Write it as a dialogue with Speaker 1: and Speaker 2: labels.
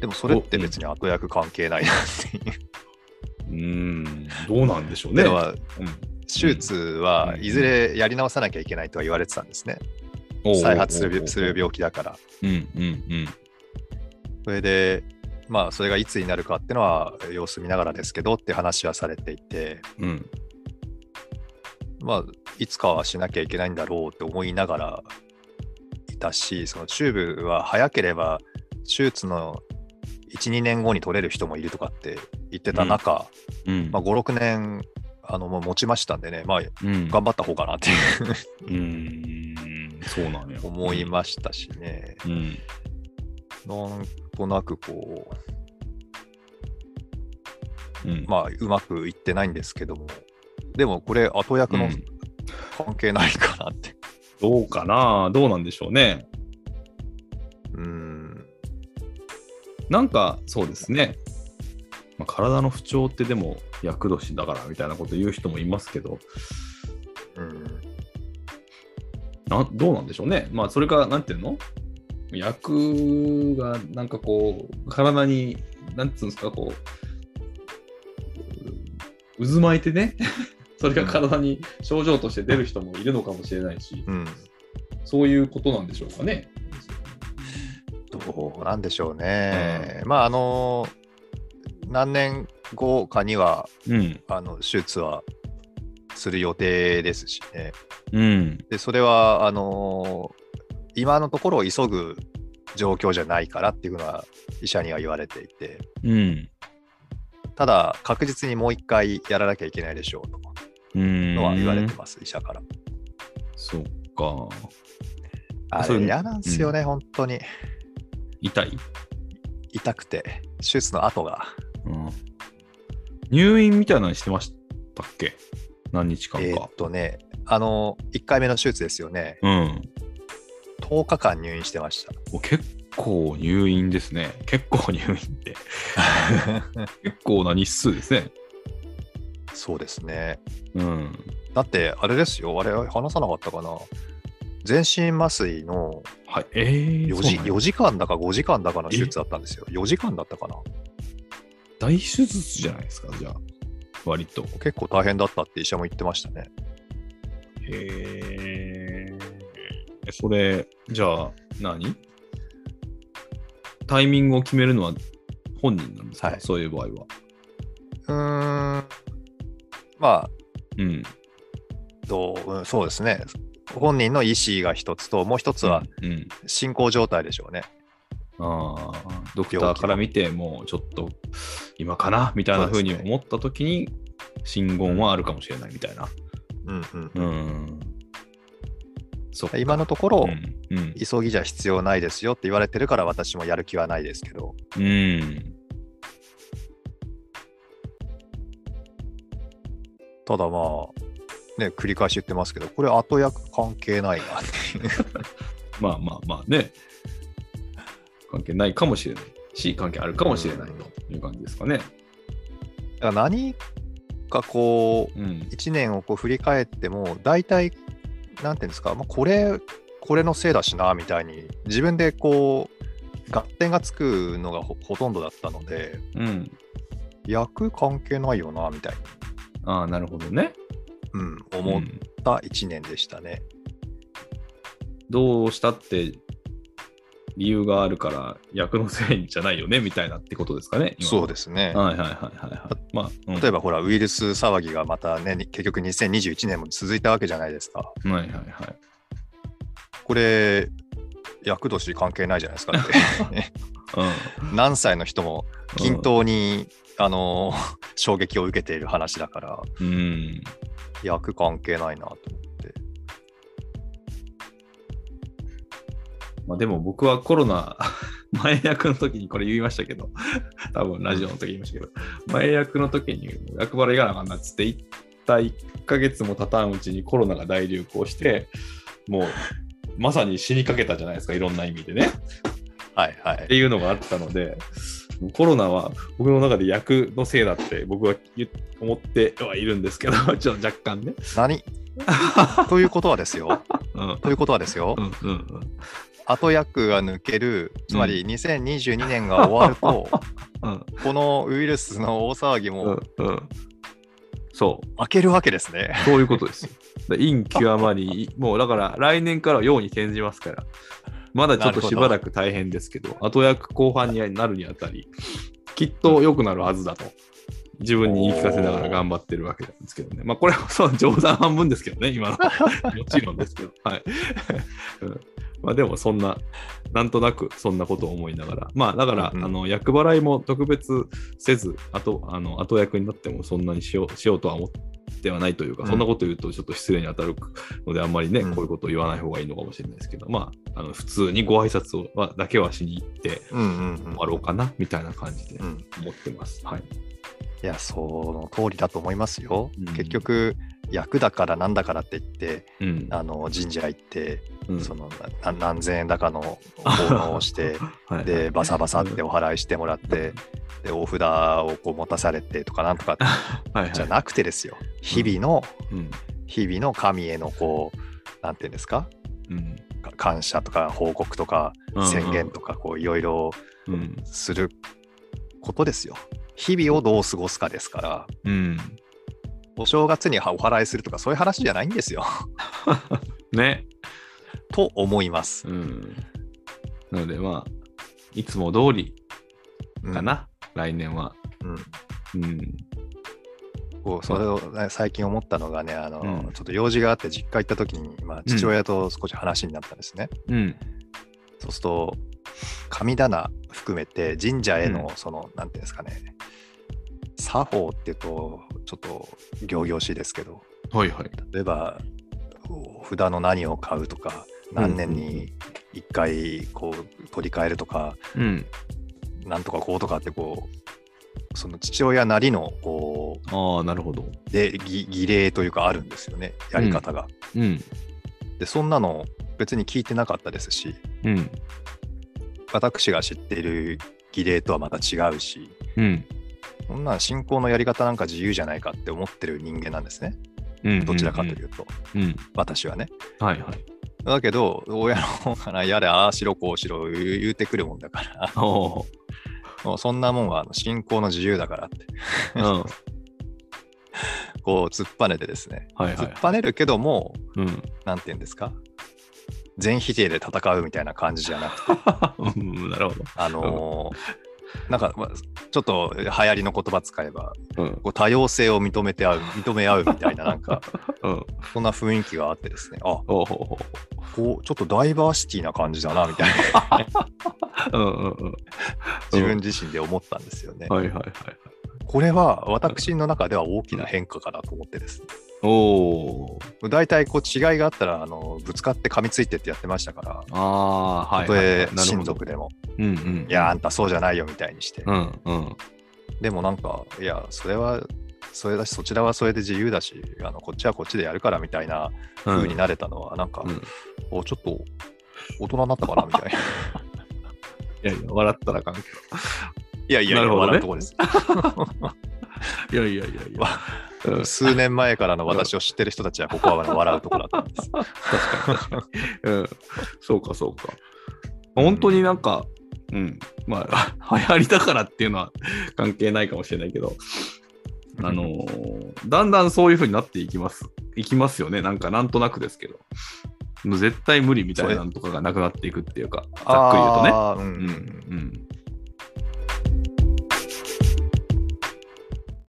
Speaker 1: でもそれって別に悪役関係ないなっていう。
Speaker 2: うーん、どうなんでしょうね。
Speaker 1: では
Speaker 2: うん
Speaker 1: 手術は
Speaker 2: うん
Speaker 1: いずれやり直さなきゃいけないとは言われてたんですね。
Speaker 2: おうおうおうおう
Speaker 1: 再発するする病気だから。
Speaker 2: うんうん
Speaker 1: それで、まあ、それがいつになるかっていうのは様子見ながらですけどって話はされていて、
Speaker 2: うんうん
Speaker 1: まあ、いつかはしなきゃいけないんだろうって思いながらいたし、そのチューブは早ければ手術の1、2年後に取れる人もいるとかって言ってた中、
Speaker 2: うん。
Speaker 1: まあ、5、6年あのもう持ちましたんでね、まあ、
Speaker 2: うん
Speaker 1: 頑張った方かなっていう
Speaker 2: うーん、そうなんや。
Speaker 1: 思いましたしね、
Speaker 2: うん。
Speaker 1: なんとなくこう、
Speaker 2: うん。
Speaker 1: まあ、うまくいってないんですけども、でもこれ、後役
Speaker 2: う
Speaker 1: の
Speaker 2: ん
Speaker 1: 関係ないかなって。
Speaker 2: どうかなどうなんでしょうね。
Speaker 1: うん。
Speaker 2: なんか、そうですね。まあ、体の不調ってでも、厄年だからみたいなこと言う人もいますけど、
Speaker 1: うん。
Speaker 2: などうなんでしょうね。まあ、それが、なんていうの役が、なんかこう、体に、なんていうんですか、こう、渦巻いてね、 それが体に症状として出る人もいるのかもしれないし、
Speaker 1: うん。
Speaker 2: そういうことなんでしょうかね。
Speaker 1: どうなんでしょうね。まあ、あの、何年後かには、
Speaker 2: うん。
Speaker 1: あの、手術はする予定ですしね。
Speaker 2: うん。
Speaker 1: で、それは、あの、今のところ急ぐ状況じゃないからっていうのは医者には言われていて、
Speaker 2: うん。
Speaker 1: ただ、確実にもう一回やらなきゃいけないでしょうと
Speaker 2: うん
Speaker 1: のは言われてます、医者から。
Speaker 2: そうか。
Speaker 1: あ
Speaker 2: そう
Speaker 1: れ
Speaker 2: いう
Speaker 1: 嫌なんですよね、本当に。
Speaker 2: 痛い、
Speaker 1: 痛くて、手術の後が。
Speaker 2: うん、入院みたいなのしてましたっけ何日間か。
Speaker 1: えーっとね、あの、1回目の手術ですよね、
Speaker 2: うん。
Speaker 1: 10日間入院してました。
Speaker 2: お結構入院ですね。結構入 院って。結構な日数ですね。
Speaker 1: そうですね。
Speaker 2: うん。
Speaker 1: だって、あれですよ、あれ話さなかったかな。全身麻酔の
Speaker 2: はい。えー、
Speaker 1: 4
Speaker 2: そう
Speaker 1: 時
Speaker 2: なんや
Speaker 1: ,4 時間だか5時間だかの手術だったんですよ。4時間だったかな。
Speaker 2: 大手術じゃないですか、じゃあ。割と。
Speaker 1: 結構大変だったって医者も言ってましたね。
Speaker 2: へえ。それ、じゃあ何、タイミングを決めるのは本人なんですか、
Speaker 1: はい
Speaker 2: そういう場合は。
Speaker 1: うーん、まあ、
Speaker 2: うん。
Speaker 1: どううんそうですね。本人の意思が一つと、もう一つは
Speaker 2: うん。
Speaker 1: 進行状態でしょうね。
Speaker 2: ああ、ドクターから見て、もうちょっと今かなみたいなふうに思ったときに、信号はあるかもしれないみたいな。
Speaker 1: うんうん
Speaker 2: うん。そっか
Speaker 1: 今のところ、
Speaker 2: うん。うん。
Speaker 1: 急ぎじゃ必要ないですよって言われてるから私もやる気はないですけど、
Speaker 2: うん。
Speaker 1: ただまあ、ね、繰り返し言ってますけど、これ後役関係 ないなっていう
Speaker 2: まあまあまあね。関係ないかもしれないし、関係あるかもしれないという感じですかね。
Speaker 1: だから何かこ
Speaker 2: うん
Speaker 1: う、。1年をこう振り返っても、大体、なんていうんですか、まあ、これ、これのせいだしな、みたいに、自分でこう、合点がつくのがほほとんどだったので、
Speaker 2: うん。
Speaker 1: 役関係ないよな、みたいに、
Speaker 2: ああ、なるほどね。
Speaker 1: うん、
Speaker 2: う
Speaker 1: 思っ
Speaker 2: ん
Speaker 1: た1年でしたね。
Speaker 2: どうしたって理由があるから役のせいじゃないよねみたいなってことですかね。
Speaker 1: そう
Speaker 2: で
Speaker 1: ですね。
Speaker 2: はいはいはいはいはい。まあ、うん
Speaker 1: 例えばほら、ウイルス騒ぎがまたね、に結局2021年も続いたわけじゃないですか。
Speaker 2: はいはいはい。
Speaker 1: これ、厄年関係ないじゃないですかって。何歳の人も
Speaker 2: うん
Speaker 1: 均。等に、あのー衝撃を受けている話だから、
Speaker 2: うん。
Speaker 1: 厄関係ないなと思って。
Speaker 2: まあでも僕はコロナ 前役の時にこれ言いましたけど、 多分ラジオの時に言いましたけど、前役の時にもう役払いがなあかんなっつって、一体1ヶ月も経たんうちにコロナが大流行して、もうまさに死にかけたじゃないですか、いろんな意味でね。
Speaker 1: はいは
Speaker 2: って
Speaker 1: い。
Speaker 2: いうのがあったので、コロナは僕の中で役のせいだって僕は言っ思ってはいるんですけど、 ちょっと若干ね。
Speaker 1: 何ということはですよ。
Speaker 2: うん
Speaker 1: ということはですよ
Speaker 2: う。んうんうん
Speaker 1: 後役が抜ける、つまり2022年が終わると、
Speaker 2: うん
Speaker 1: このウイルスの大騒ぎ
Speaker 2: うん
Speaker 1: も
Speaker 2: うんそう
Speaker 1: 負けるわけですね。
Speaker 2: そういうことですよ。だイン・キュア・マニー、もうだから来年からように転じますから、まだちょっとしばらく大変ですけど、後役後半になるにあたり、きっと良くなるはずだと、自分に言い聞かせながら頑張ってるわけなんですけどね。まあこれはそう冗談半分ですけどね、今の。もちろんですけど。はい。うんまあでもそんな、なんとなくそんなことを思いながら、まあだから、
Speaker 1: うんうん
Speaker 2: あの役払いも特別せず、あとあの後役になってもそんなにしようしようとは思ってはないというか、
Speaker 1: うん
Speaker 2: そんなこと言うとちょっと失礼に当たるので、あんまりね、
Speaker 1: うん
Speaker 2: こういうことを言わない方がいいのかもしれないですけど、まあ、あの普通にご挨拶をはだけはしに行って
Speaker 1: うんうんうん
Speaker 2: 終わろうかなみたいな感じで
Speaker 1: うん
Speaker 2: 思ってます。はい。
Speaker 1: いや、その通りだと思いますよ。
Speaker 2: うん
Speaker 1: 結局、役だからなんだからって言って、
Speaker 2: うん。
Speaker 1: あの神社行って、
Speaker 2: うん
Speaker 1: そのな何千円高の奉納をして、
Speaker 2: はい
Speaker 1: で、バサバサってお払いしてもらって、で、お札をこう持たされてとかなんとかって
Speaker 2: はいはい
Speaker 1: じゃなくてですよ。日々の、
Speaker 2: うん
Speaker 1: 日々の神へのこう、なんていうんですか、
Speaker 2: うん
Speaker 1: か感謝とか報告とか
Speaker 2: うん
Speaker 1: 宣言とか、こういろいろ
Speaker 2: うん
Speaker 1: することですよ。日々をどう過ごすかですから。
Speaker 2: うん。
Speaker 1: お正月にお払いするとかそういう話じゃないんですよ。
Speaker 2: ね。
Speaker 1: と思います。
Speaker 2: うん。なのでまあ、いつも通り
Speaker 1: うん
Speaker 2: か。な、来年は。
Speaker 1: うん
Speaker 2: うん。
Speaker 1: こうそれをね最近思ったのがねあの、
Speaker 2: うん
Speaker 1: ちょっと用事があって実家行った時に、まあ、父親と少し話になったんですね。
Speaker 2: うん。
Speaker 1: そうすると神棚含めて神社への
Speaker 2: う
Speaker 1: その、なんていうんですかね作法っていうとちょっと行々しいですけど
Speaker 2: はいはい。
Speaker 1: 例えばお札の何を買うとか何年に1回こう取り替えるとか、
Speaker 2: うん。
Speaker 1: なんとかこうとかってこうその父親なりのこ
Speaker 2: ああ、なるほど。
Speaker 1: うで儀儀礼というかあるんですよねやり方が。
Speaker 2: うん。
Speaker 1: でそんなの別に聞いてなかったですし
Speaker 2: うん。
Speaker 1: 私が知っている儀礼とはまた違うし
Speaker 2: うん。
Speaker 1: そんなん信仰のやり方なんか自由じゃないかって思ってる人間なんですね
Speaker 2: うん。。
Speaker 1: どちらかといううと、
Speaker 2: うん。
Speaker 1: 私はね。
Speaker 2: はいはい。
Speaker 1: だけど親の方からやれああしろこうしろ言う言うてくるもんだから
Speaker 2: おお。
Speaker 1: もうそんなもんはあの信仰の自由だからって
Speaker 2: うん。はい
Speaker 1: こう突っぱねてですね
Speaker 2: はいは
Speaker 1: 突っ
Speaker 2: い。
Speaker 1: ぱねるけども
Speaker 2: うん。
Speaker 1: なんて言うんですか全否定で戦うみたいな感じじゃなくて
Speaker 2: うんなるほど。
Speaker 1: あのーなんかまあちょっと流行りの言葉使えば
Speaker 2: うん。
Speaker 1: こう多様性を認めて合う認め合うみたいななんか
Speaker 2: うん。
Speaker 1: そんな雰囲気があってですねあ
Speaker 2: おお。
Speaker 1: こうちょっとダイバーシティな感じだなみたいな
Speaker 2: うんうんうん。
Speaker 1: 自分自身で思ったんですよね、
Speaker 2: はいはいはい。
Speaker 1: これは私の中では大きな変化かなと思ってですね
Speaker 2: おお。
Speaker 1: 大体こう違いがあったらあのぶつかって噛みついてってやってましたから
Speaker 2: ああ、は
Speaker 1: た
Speaker 2: い。
Speaker 1: とえ
Speaker 2: なる
Speaker 1: 親
Speaker 2: ほど。
Speaker 1: 族でも、
Speaker 2: うんうん。
Speaker 1: いやあんたそうじゃないよみたいにして、
Speaker 2: うんうん。
Speaker 1: でもなんか、いや、それは、それだし、そちらはそれで自由だし、あのこっちはこっちでやるからみたいな風になれたのは、なんか、
Speaker 2: うん
Speaker 1: おちょっと大人になったかなみたい な。い
Speaker 2: いやいや、笑ったらあかんけ
Speaker 1: やいやい
Speaker 2: な
Speaker 1: や、
Speaker 2: るほど
Speaker 1: 笑
Speaker 2: ね
Speaker 1: うとこです。
Speaker 2: ど。いやいやいやいや。うん
Speaker 1: 数年前からの私を知ってる人たちは、ここは笑うところだったんです。
Speaker 2: うん、そうかそうか。本当になんか、うん、まあ、 流行りだからっていうのは関係ないかもしれないけど、 あのーだんだんそういう風になっていきます。いきますよね。なんか、なんとなくですけど。もう絶対無理みたいな
Speaker 1: そ
Speaker 2: なんとかがなくなっていくっていうか、ざっくり言うとね。
Speaker 1: あー、うん
Speaker 2: うんうん